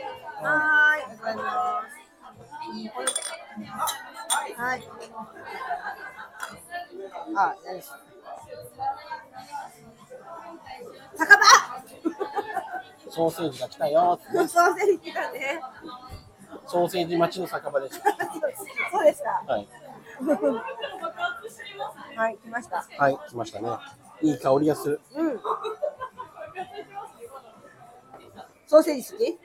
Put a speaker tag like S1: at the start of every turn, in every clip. S1: はーい、ありがとうございます。はい。あ、よいしょ。酒
S2: ソーセージが来たよーって
S1: 場。ソーセージだね。
S2: ソーセージ町の酒場です。
S1: そうでした。
S2: はい。
S1: はい、来ました。
S2: はい、来ましたね。いい香りがする。
S1: うん。ソーセージ好き。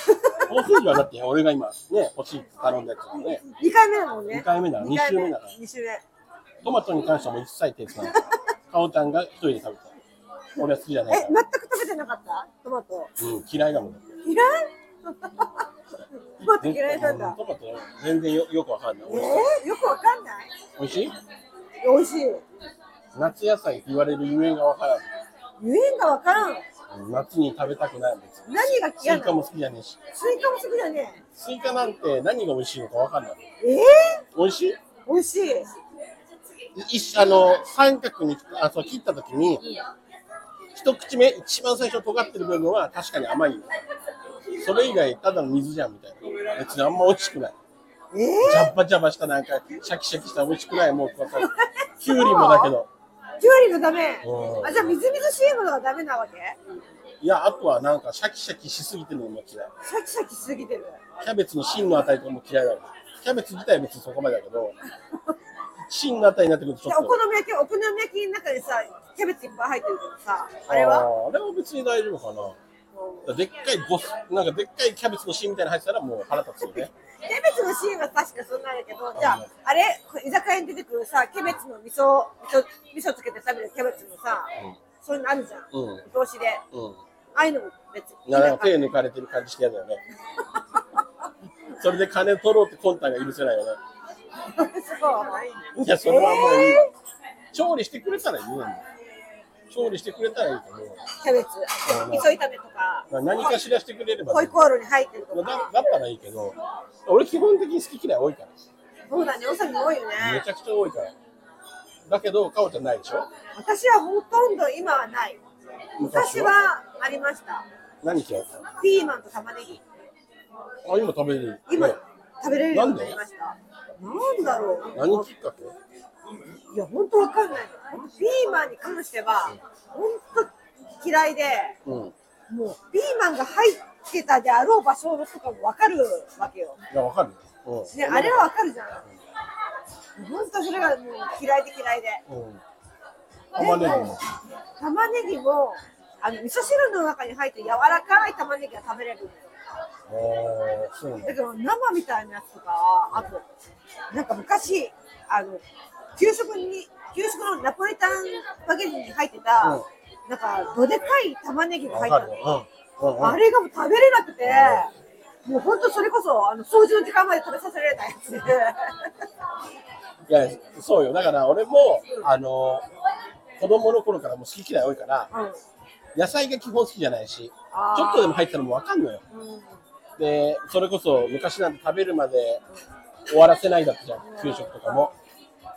S2: ソーセージはだって、俺が今、ね、欲しいって頼んだやつだもんね。
S1: 二回目だもんね。
S2: 二回目だ
S1: 二回目
S2: 二週目だから
S1: 二週目。
S2: トマトに関してはもう一切手つかない。かおちゃんが一人で食べた。俺は好きじゃない
S1: え、
S2: か
S1: 全
S2: ら。
S1: く食べてなかった。トマト。
S2: うん、嫌いだもん。
S1: 嫌い。 トマト嫌いなんだ。
S2: トマト全然よよくわかんない。
S1: えー、よくわかんない。
S2: 美味しい
S1: 美味しい。
S2: 夏野菜って言われるゆえんがわから
S1: ゆえんがわからん。
S2: ん。夏に食べたくない別に。
S1: 何が
S2: ス
S1: 嫌
S2: イ
S1: な
S2: カも
S1: の。
S2: 好きじゃねえし。
S1: スイカも好きだね。
S2: スイカなんて何が美味しいのかわかんない。
S1: ええ
S2: 美味しい
S1: ー、美味しい。
S2: 一あの三角にあそう切った時に一口目一番最初尖ってる部分は確かに甘いよそれ以外ただの水じゃんみたいな別にあんま美味しくない
S1: ええ
S2: ジャッバジャバしたなんかシャキシャキした美味しくないもうこそきゅうりもだけど
S1: ー、キュウリがダメ
S2: う。ん
S1: あ、じゃあ、みずみずしいものがダメなわけ。
S2: いやあとはなんかシャキシャキしすぎてるのも嫌い
S1: シャキシャキしすぎてる。
S2: キャベツの芯のあたりとかも嫌いだわキャベツ自体は別にそこまでだけど芯のあたりになってくるとち
S1: じ
S2: ょ
S1: ゃあ、お
S2: っと
S1: 好み焼き、お好み焼きの中でさ、キャベツいっぱい入ってるけどさ、あれは。
S2: あーあれは別に大丈夫かな
S1: うん
S2: でっかいゴス、なんかでっかいキャベツの芯みたいなの入ってたらもう腹立つよ ね。
S1: キャベツのシーンは確かそんなあるけど、じゃあ、あれ、居酒屋に出てくるさ、キャベツの味噌、味噌、味噌つけて食べるキャベツのさ、そういうのあるじゃん。
S2: うん
S1: お通しで。あ
S2: うん。
S1: あいうのも別に。
S2: なん か手抜かれてる感じして嫌だよね。 それで金取ろうってコンタが許せないよね。いや、それはもういいわ。調理してくれたらいいのに。調理してくれたらいいけど、
S1: キャベツ、味噌炒めとか、
S2: まあ何かしらしてくれれば
S1: ホ
S2: ね、
S1: イコールに入ってると
S2: だ
S1: か。
S2: だったらいいけど、俺基本的に好き嫌い多いから。
S1: そうだね、おさみ多いよね。
S2: めちゃくちゃ多いから。だけど、かおちゃんないでしょ
S1: 私はほとんど今はない。昔
S2: 昔は
S1: はありました。
S2: 何嫌いだっ
S1: ピーマンと玉ねぎ。
S2: たあ、今食べれる。
S1: 今、
S2: ね
S1: 食べれるようになりました。なんだろう。
S2: 何きっかけ
S1: いや、本当わかんない。ピーマンに関しては、本当嫌いで、
S2: うん。
S1: もうピーマンが入ってたであろう場所とかもわかるわけよ。
S2: いや、わかるよ。うん。
S1: ね、あれはわかるじゃん。本当それがもう嫌いで嫌いで。
S2: うん。玉ねぎも。
S1: 玉ねぎも、あの味噌汁の中に入って柔らかい玉ねぎが食べれるのよ。
S2: ああ、そうなんだ
S1: だけど生みたいなやつとかは、あと、なんか昔、あの、給食に、給食のナポリタンスパゲティに入ってた、
S2: うん
S1: なんか、どでかい玉ねぎが
S2: わ
S1: 入っ
S2: か
S1: てた
S2: る
S1: の。
S2: よ。うん。うん。
S1: あれがもう食べれなくて、もう本当それこそ、あの、掃除の時間まで食べさせられたやつ。
S2: いや、そうよ。だから俺も、あの、子供の頃からもう好き嫌い多いから、野菜が基本好きじゃないし、
S1: あー
S2: ちょっとでも入ったらもうわかんのよ。
S1: うん。うん
S2: で、それこそ昔なんて食べるまで終わらせないだったじゃん、給食とかも。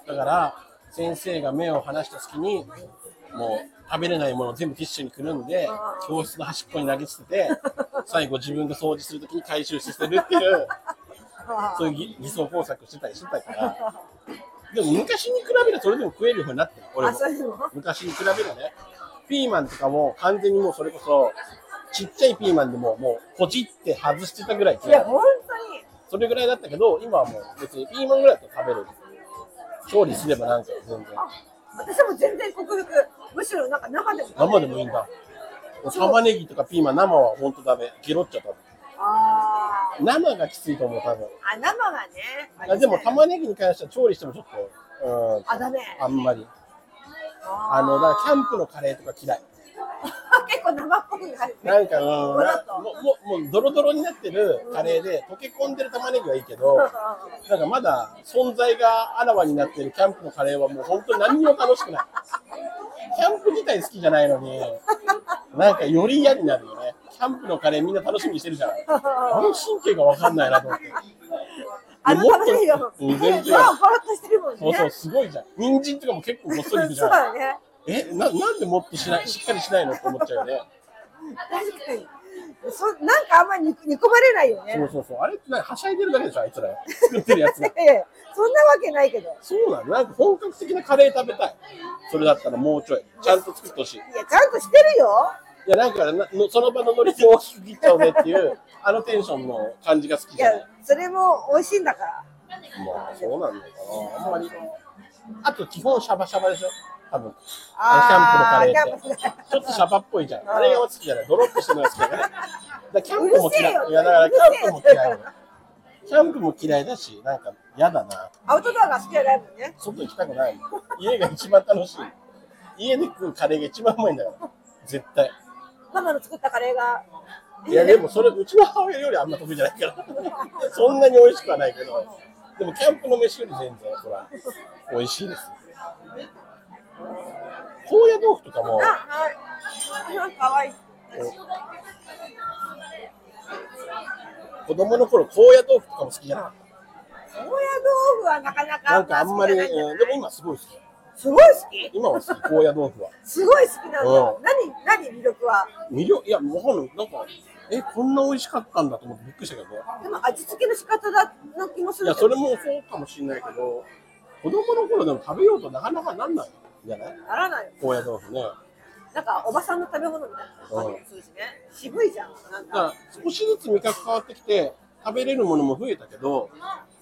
S2: だから、先生が目を離した隙に、もう食べれないものを全部ティッシュにくるんで、教室の端っこに投げ捨てて、最後自分が掃除するときに回収して捨てるっていう、
S1: あ
S2: そういう偽偽装工作してたりしてたから。でも昔に比べればそれでも食えるようになってる、
S1: ー
S2: 俺
S1: あ、
S2: も
S1: そ。れでも。
S2: 昔に比べればね、ピーマンとかも完全にもうそれこそ、ちっちゃいピーマンでももうポチって外してたぐらい
S1: いや、本当に。
S2: それぐらいだったけど、今はもう別にピーマンぐらいだったら食べれる。調理すればなんか全然。
S1: 私も全然克服。むしろなんか生でも。
S2: 生でもいいんだ。玉ねぎとかピーマン生は本当ダメ。ゲロっちゃった。
S1: あー
S2: 生がきついと思う、多分。
S1: あ、生がね。
S2: あでも玉ねぎに関しては調理してもちょっと、うん、
S1: あ、ダメ。
S2: あんまり。
S1: あ
S2: あの、だからキャンプのカレーとか嫌い。
S1: 結構生っぽくなる。
S2: なんか、うん、
S1: ドロッと
S2: もう、もう、もうドロドロになってるカレーで、溶け込んでる玉ねぎはいいけど、なんかまだ存在があらわになってるキャンプのカレーはもう本当に何にも楽しくない。キャンプ自体好きじゃないのに、なんかより嫌になるよね。キャンプのカレーみんな楽しみにしてるじゃん。あの神経がわかんないなと思って。
S1: あの玉ねぎがもう、
S2: うん全然
S1: パラパラっとしてるもんね。
S2: そうそう、すごいじゃん。人参とかも結構ごっそりいくじ
S1: そ
S2: ゃ。
S1: うんだね。
S2: え、な、なんでもっとしない、しっかりしないのって思っちゃうよね。
S1: 確かに。そなんかあんまり煮煮込まれないよね。
S2: そうそうそう。あれってなんかはしゃいでるだけでしょ、あいつら。作ってるやつが。
S1: いやいやそんなわけないけど。い
S2: そうなのなんか本格的なカレー食べたい。それだったらもうちょい。ちゃんと作ってほしい。い
S1: や、ちゃんとしてるよ。
S2: や、なんかなのその場のノリで大きく切っちゃうねって いう、あのテンションの感じが好き
S1: い
S2: じゃない
S1: や。、それも美味しいんだから。
S2: まあ、そうなんだよな。あんまり。あと、基本シャバシャバでしょ多分。
S1: あ
S2: あ
S1: ー
S2: のキャンプのカレーって。ちょっとシャバっぽいじゃん。あれが好きじゃない。ドロッとしてるのが好きじゃない。だからキャンプも嫌い。
S1: うるせえよ
S2: いや、だからキャンプも
S1: うるせえ
S2: 嫌い
S1: よ
S2: なの。キャンプも嫌いだし、なんか嫌だな。
S1: アウトドアが好きじゃないもんね。
S2: 外行きたくないもん。家が一番楽しい。家で食うカレーが一番うまいんだから。絶対。
S1: ママの作ったカレーが。
S2: いやでもそれうちの母親よりあんま得意じゃないから そんなに美味しくはないけどでもキャンプの飯より全然そら美味しいです高野豆腐とかも
S1: あ、はい。かわいい。
S2: 子供の頃高野豆腐とかも好きじゃなかっ
S1: 高野豆腐はなかな
S2: た
S1: か
S2: なんかあんまり、
S1: 好きじゃない
S2: うん
S1: ん
S2: で
S1: じゃ
S2: も
S1: ない
S2: 今すごい好き
S1: すごい好き
S2: 今は好き高野豆腐は
S1: すごい好きなんだよ
S2: う。
S1: 何、何魅力は
S2: 魅力いやわかんないなんかえこんな美味しかったんだと思ってびっくりしたけどね
S1: でも味付けの仕方だの気もす
S2: い
S1: る
S2: や
S1: けど
S2: それもそうかもしれないけど子供の頃でも食べようとなかなかなんないじゃない
S1: ならない。
S2: 高野豆腐ね
S1: なんかおばさんの食べ物みたいな感じがするしね。渋いじゃん。なん
S2: だか
S1: か。
S2: ら少しずつ味覚変わってきて食べれるものも増えたけど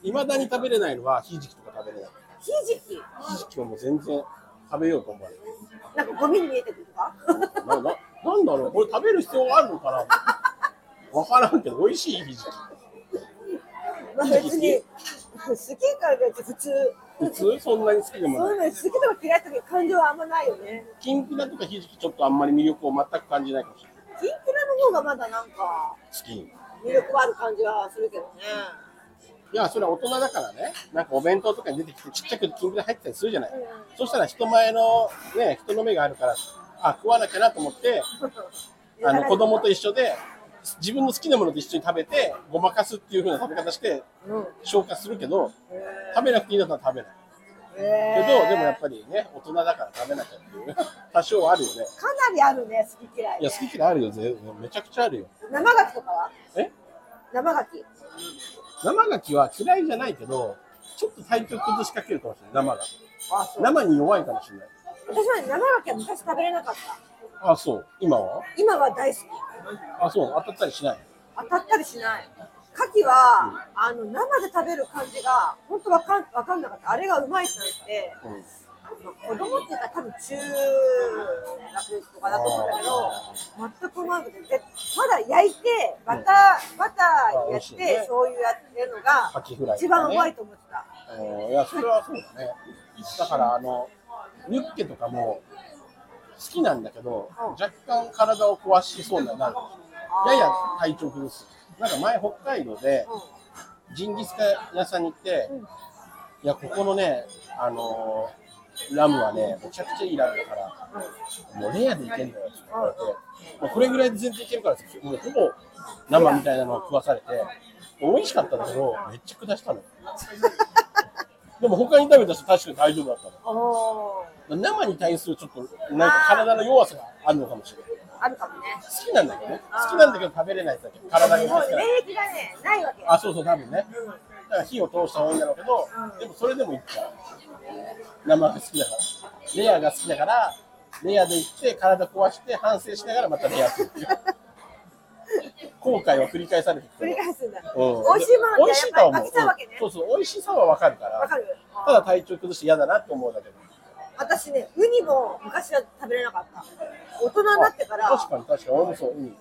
S2: いまだに食べれないのはひじきとか食べれない
S1: ひじき。
S2: ひじきはもう全然食べようと思われる
S1: なんかゴミに見えてくると か。
S2: なななんだろうこれ食べる必要があるのかなわからんけど美味しいひじき
S1: まあ別に 好きから別に普通。
S2: 普通そんなに好きでも
S1: そうい
S2: ないう
S1: の好きとか嫌いとか感情はあんまないよね。
S2: きんぴらとかひじきちょっとあんまり魅力を全く感じないかもしれない
S1: キンキラの方がまだなんか
S2: 好きに
S1: 魅力ある感じはするけどね。
S2: いやそれは大人だからねなんかお弁当とかに出てきてちっちゃくきんぴら入ってたりするじゃない、
S1: う
S2: そしたら人前のね人の目があるからあ食わなきゃなと思ってあの子供と一緒で自分の好きなものと一緒に食べてごまかすっていう風な食べ方して
S1: うん。
S2: 消化するけど
S1: え
S2: 食べなくていいんだったら食べない
S1: ー
S2: けどでもやっぱりね大人だから食べなきゃっていう 多少はあるよね
S1: かなりあるね好き嫌い
S2: い
S1: ね、
S2: や好き嫌いあるよぜめちゃくちゃあるよ
S1: 生牡蠣とかは
S2: え
S1: 生牡蠣
S2: 生牡蠣は嫌いじゃないけどちょっと体調崩しかけるかもしれない生が
S1: あそう
S2: 生に弱いかもしれない
S1: 私は生牡蠣は昔食べれなかった
S2: あそう今は
S1: 今は大好き
S2: あそう当たったりしない
S1: 当たったりしない牡蠣は、あの生で食べる感じが本当わかんわかんなかったあれがうまいってなって
S2: うん
S1: 子供っていうか多分中学とかだと思うんだけど全くうまくてでまだ焼いてバター、バター
S2: あ美
S1: やっ
S2: 味
S1: て
S2: しいね
S1: 醤油やってるのが
S2: 牡蠣フライとかね
S1: 一番うまいと思ってた、
S2: うんいや、それはそうだね。だから、あの、ユッケとかも好きなんだけど、
S1: うん
S2: 若干体を壊しそうな、なんか、やや体調崩す。なんか前、北海道で
S1: うん
S2: ジンギスカン屋さんに行って、
S1: うん
S2: いや、ここのね、あのーラムはね、めちゃくちゃいいラムだから、もうレアでいけんだよって言われて、もうこれぐらいで全然いけるからって、もうほぼ生みたいなのを食わされて、美味しかったんだけど、めっちゃ下したのよ。 でも他に食べた人確かに大丈夫だったの。
S1: おー
S2: 生に対するちょっとなんか体の弱さがあるのかもしれない。
S1: あるかもね
S2: 好きなんだけどね。
S1: あー
S2: 好きなんだけど食べれないだけ。体が
S1: もう
S2: 弱いから。
S1: 免疫がねないわけ
S2: あ、そうそう、多分ね。だから火を通した方がいいんだろうけど、でもそれでもいっちゃう。生が好きだから。レアが好きだから、レアでいって体壊して反省しながらまたレアす るっていう。後悔は繰り返されてく
S1: 繰
S2: る
S1: り。返すんだ、
S2: うん
S1: 美味しいものっ
S2: 美味してい
S1: やっ
S2: とは
S1: ぱり
S2: 思う
S1: 飽きちゃうわけね
S2: うんそうそう、美味しさはわかるから。
S1: わかる
S2: ただ体調崩して嫌だなって思うだけど。
S1: 私ねウニも昔は食べれなかった大人になってから
S2: 確かに確かに、俺もそう。うん。うん
S1: で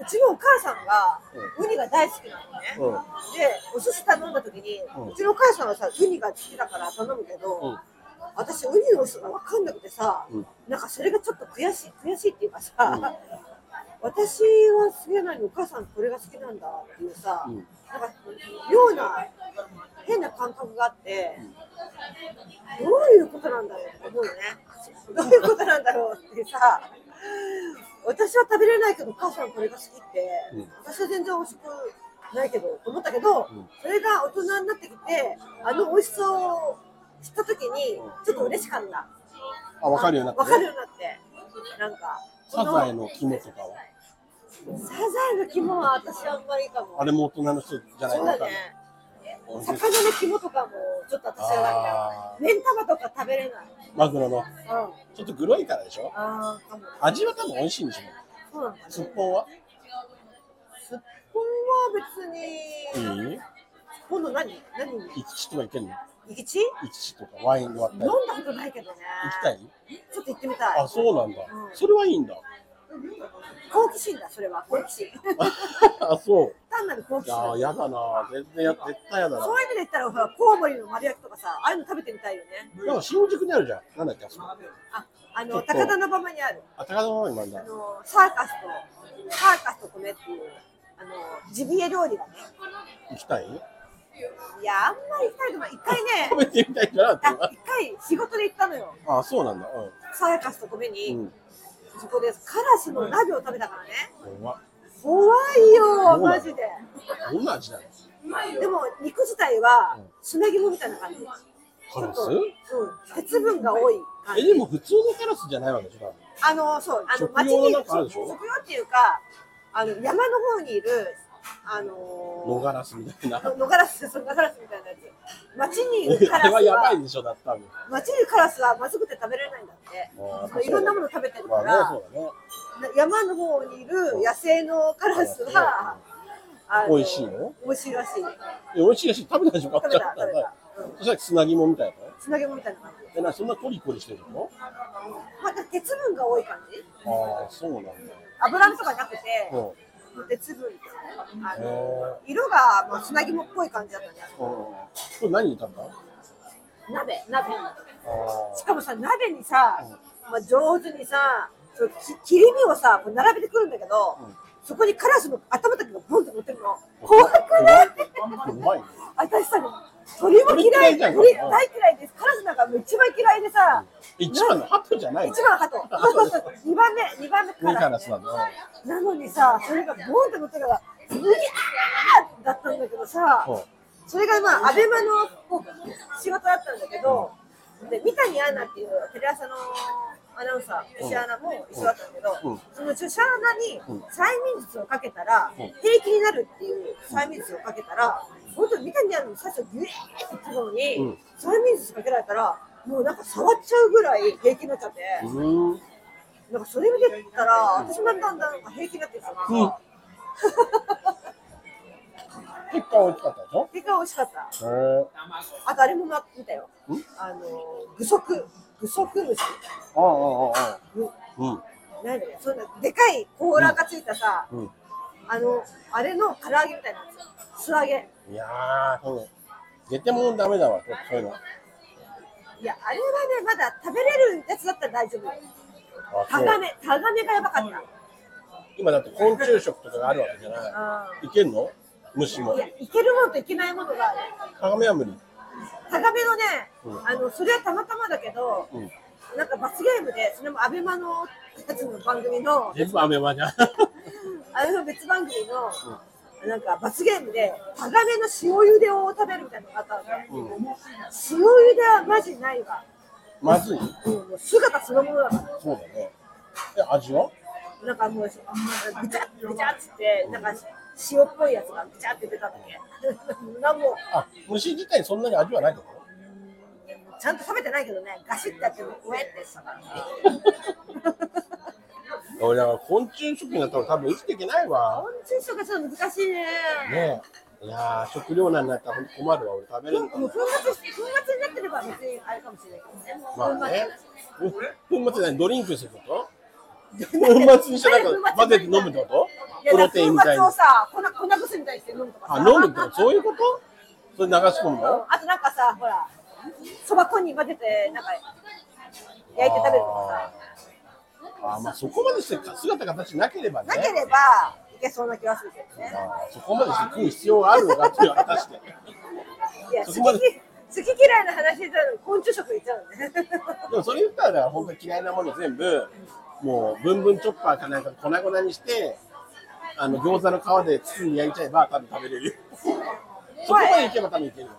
S1: うちのお母さんがウニが大好きなのね、
S2: うん
S1: でお寿司頼んだ時に、
S2: う
S1: うんちのお母さんはさウニが好きだから頼むけど、
S2: うん
S1: 私ウニの人が分かんなくてさ、
S2: うん
S1: なんかそれがちょっと悔しい悔しいっていうかさ、
S2: ん
S1: 私は好きなのにお母さんこれが好きなんだっていうさ、
S2: うん
S1: なんか妙な変な感覚があって、どういうことなんだろうって思うよねどういうことなんだろうってさ私は食べれないけどお母さんこれが好きって、
S2: うん
S1: 私は全然美味しくないけどと思ったけど、
S2: うん
S1: それが大人になってきてあの美味しさを知った時にちょっと嬉しかった
S2: あ、わかるようにな
S1: わ
S2: っ
S1: か
S2: て
S1: るよう
S2: ね。
S1: になってなんか
S2: サザエの肝とかは。
S1: サザ貝の肝は私あんまりかも
S2: あれも大人の人じゃない
S1: そう
S2: の
S1: だ
S2: か
S1: ね魚の肝とかもちょっと私は
S2: あー
S1: 目ん玉とか食べれない
S2: マグロの
S1: うん
S2: ちょっとグロいからでしょ
S1: ああかも
S2: 味は多分美味しいんでしょ
S1: そうなんだね
S2: すっぽんは
S1: すっぽんは別
S2: い
S1: に
S2: い
S1: 今度何何に
S2: 行き地とか行けんの
S1: 行き地
S2: 行き地とかワインで割っ
S1: 飲ん
S2: た
S1: だ
S2: り
S1: こ
S2: 行
S1: とないけどね
S2: きたい
S1: ちょっと行ってみたい
S2: あそうなんだ
S1: うん
S2: それはいいんだ
S1: 好奇心だそれは好奇心
S2: あそう
S1: 単なる好奇
S2: いやー
S1: 心
S2: やだな全然や絶対やだな
S1: そういう意味で言ったらほらコウモリの丸焼きとかさああいうの食べてみたいよね
S2: なんか新宿にあるじゃんなんだっけあそこ
S1: ああ
S2: ちょ
S1: の
S2: っと
S1: 高田の馬場にある
S2: あ高田馬場にもあるん
S1: あ
S2: だ
S1: のサーカスとサーカスと米っていうあのジビエ料理がね
S2: 行きたい
S1: いやあんまり行きたいとも一回
S2: 食
S1: ね
S2: べてみたいんだなって
S1: あ一回仕事で行ったのよ
S2: ああそうなんだう
S1: サーカスと米に、
S2: んうん
S1: そこでカラスの鍋を食べたからね
S2: うま
S1: 怖いよマジで
S2: どんな味なの
S1: でも肉自体は
S2: うん
S1: 砂肝みたいな感じち
S2: カ
S1: ょ
S2: ラ
S1: っ
S2: ス
S1: と、うん、鉄分が多い感
S2: え
S1: じ
S2: でも普通のカラスじゃないわけでしょ
S1: あのそうあの
S2: 食
S1: 町
S2: 用
S1: にいる
S2: のなんかあるでしょ
S1: 食用っていうかあの山の方にいるあ
S2: 多分野
S1: の
S2: ガラスみたいな
S1: ー野ガラスそう野ガラスみたいなやつ町にいるカ
S2: あれ
S1: ラス
S2: はやば
S1: はい
S2: でしょだって多分
S1: 町にいるカラスはまずくて食べれないんだって
S2: あー
S1: そのいろんなもの食べてるか
S2: まあね
S1: ら、
S2: そうだね
S1: な山の方にいる野生のカラスはあ
S2: 美味しいの
S1: 美味しいらしい
S2: え美味しいらしい食べたでしょ買
S1: 食べ
S2: っち
S1: た
S2: ゃっ
S1: 食
S2: た
S1: べた、うん、
S2: そしたら砂肝みたいな
S1: つなげもみたいな感じ
S2: えなそんなコリコリしてるの
S1: また鉄分が多い感じ
S2: ああそうなんだ
S1: 油とかなくて、
S2: うん
S1: 鉄分あの
S2: へ
S1: 色がまあ砂肝っぽい感じだったね
S2: これ何にいたんだあ
S1: 鍋鍋し
S2: ー
S1: かもさ鍋にさ、まあ、上手にさそうき切り身をさこう並べてくるんだけど、
S2: うん
S1: そこにカラスの頭だけがボンって乗ってるの怖くない
S2: 怖いうまいね
S1: 私さ鳥も嫌い
S2: 鳥嫌いじゃん
S1: 鳥大嫌いですカラスなんかもう一番嫌いでさ、
S2: 一番のハトじゃないの
S1: 一番ハト二番目二番目
S2: いい
S1: カ
S2: カ
S1: ラ
S2: ラ
S1: ス
S2: ス
S1: ね、
S2: なんだ
S1: なのにさそれがボンって乗ってからうにゃーだったんだけどさ、
S2: うん
S1: それがまあアベマのこう仕事だったんだけど、で三谷アナっていうテレ朝のアナウンサー石アナも一緒だったんだけど、
S2: うん
S1: その石アナに
S2: うん
S1: 催眠術をかけたら、
S2: うん
S1: 平気になるっていう催眠術をかけたら、本当に三谷アナの最初ギュエーって言のに、
S2: うん
S1: 催眠術かけられたらもうなんか触っちゃうぐらい平気になっちゃって。
S2: うーん
S1: なんかそれ見てたら、私もだんだんなんか平気になってきたな。
S2: うん結果大きかったでしょ
S1: 結果美味しかった。
S2: へー
S1: あとあれもま見たよ
S2: ん。
S1: あの具足具足虫。
S2: ああああああ
S1: ぐ
S2: うん
S1: なんだよ。そんなでかい甲羅がついたさ、
S2: うん
S1: あのあれの唐揚げみたいなやつ。素揚げ。
S2: いやーそうねゲテモンダメだわそういうの
S1: いやあれはねまだ食べれるやつだったら大丈夫。
S2: あ
S1: タ
S2: そう
S1: ガメタガメがやばかった。
S2: 今だって昆虫食とかがあるわけじゃな
S1: う
S2: いいけんの虫も
S1: ん。いやいけるものといけないものがある。
S2: 鏡は無理
S1: タガメのね、
S2: うん
S1: あのそれはたまたまだけど。
S2: うん
S1: なんか罰ゲームで、それもアベマのやつの番組の、
S2: 全部アメマじゃん
S1: あの別番組の、なんか罰ゲームで、タガメの塩茹でを食べるみたいなのがあったのね。
S2: うん
S1: 塩茹ではマジないわ。
S2: まずい
S1: うん、もう姿そのものだか
S2: そうだねえ味は
S1: ら。なんかもう、ぐちゃっぐちゃっつって、なんか塩っぽいやつがぐちゃって出たんだけ。なんも、
S2: あ虫自体にそんなに味はないってこと
S1: ちゃんと食べてないけどね、ガシッてやって、うえってしたから。
S2: 俺だから昆虫食になったら多分生きていけないわ
S1: 昆虫食がちょっと難しいね。
S2: ねえいやー食糧難になったら本当困るわ俺食べれ
S1: も
S2: る
S1: う
S2: か
S1: 粉
S2: な
S1: 末し粉末になってれば別にあれかもしれないけどね。
S2: まあね
S1: 粉末
S2: う粉末何ドリンクすること粉末にしてなんか混ぜて飲むってこ
S1: い
S2: と
S1: や
S2: プロテインみたいに
S1: 粉末をさ、粉粉薬みたいにして飲むとか
S2: あ
S1: さ。
S2: 飲むってことそういうことそれ流し込むの
S1: あとなんかさ、ほら、そば粉に混ぜて、なんか焼いて食べるとか
S2: あーあーまあそこまでして姿形なければね
S1: さ。なければいけそうな気がするけどね。
S2: あーそこまでして食う必要があるのかっていう果たして
S1: いや、好き
S2: そこまで
S1: き好き嫌いな話してたのに昆虫食いっちゃうのね。
S2: でもそれ言ったらだから本当に嫌いなもの全部もうぶんぶんチョッパーかなんか粉々にしてあの餃子の皮で包んで焼いちゃえば多分食べれるよそこまでいけば多分いけるよ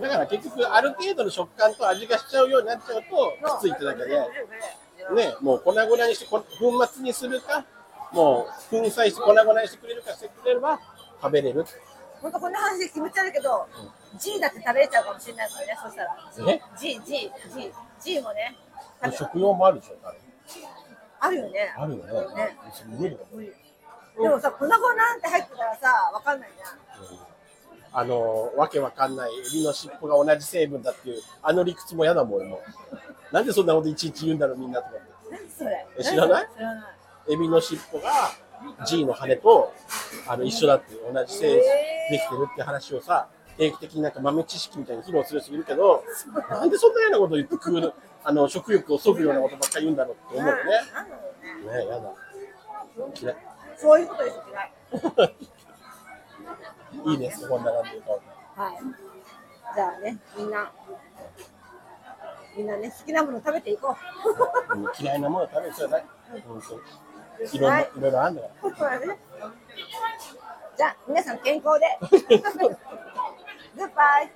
S2: だから結局ある程度の食感と味がしちゃうようになっちゃうときついってだけでねもう粉々にしてこ粉末にするかもう粉砕して粉々にしてくれるかしてくれれば食べれる。
S1: 本当こんな話で気持ち悪いけど、G だって食べれちゃうかもしれないからね、そしたら。
S2: ね。
S1: G、G、G、G もね、
S2: 食用もあるでしょ。あれ
S1: あるよね。
S2: あるよね。
S1: ね
S2: 無理だもん
S1: 無理でもさ、粉々なんて入ってたらさ、わかんないじゃん。
S2: あのわけわかんないエビの尻尾が同じ成分だっていうあの理屈も嫌だもん俺もなんでそんなこといちいち言うんだろうみんなとか
S1: 何それ
S2: え知らない
S1: 知らない。
S2: エビの尻尾が G の羽とあの一緒だっていう同じ性質
S1: えー
S2: できてるって話をさ定期的になんか豆知識みたいに披露する人いるけどなんでそんなようなこと言って食うのあの食欲をそぐようなことばっかり言うんだろうって思うよね
S1: なんだろうね。
S2: ねえやだ嫌い
S1: そういうことです、嫌い。
S2: いいねそこんな感じで
S1: はい。じゃあね、みんな、みんなね、好きなもの食べていこう。
S2: うん嫌いなもの食べちゃない本当にいろんな、
S1: はい
S2: い、ろいろあんだから
S1: そうだね じゃあ、皆さん健康で。グッバイ。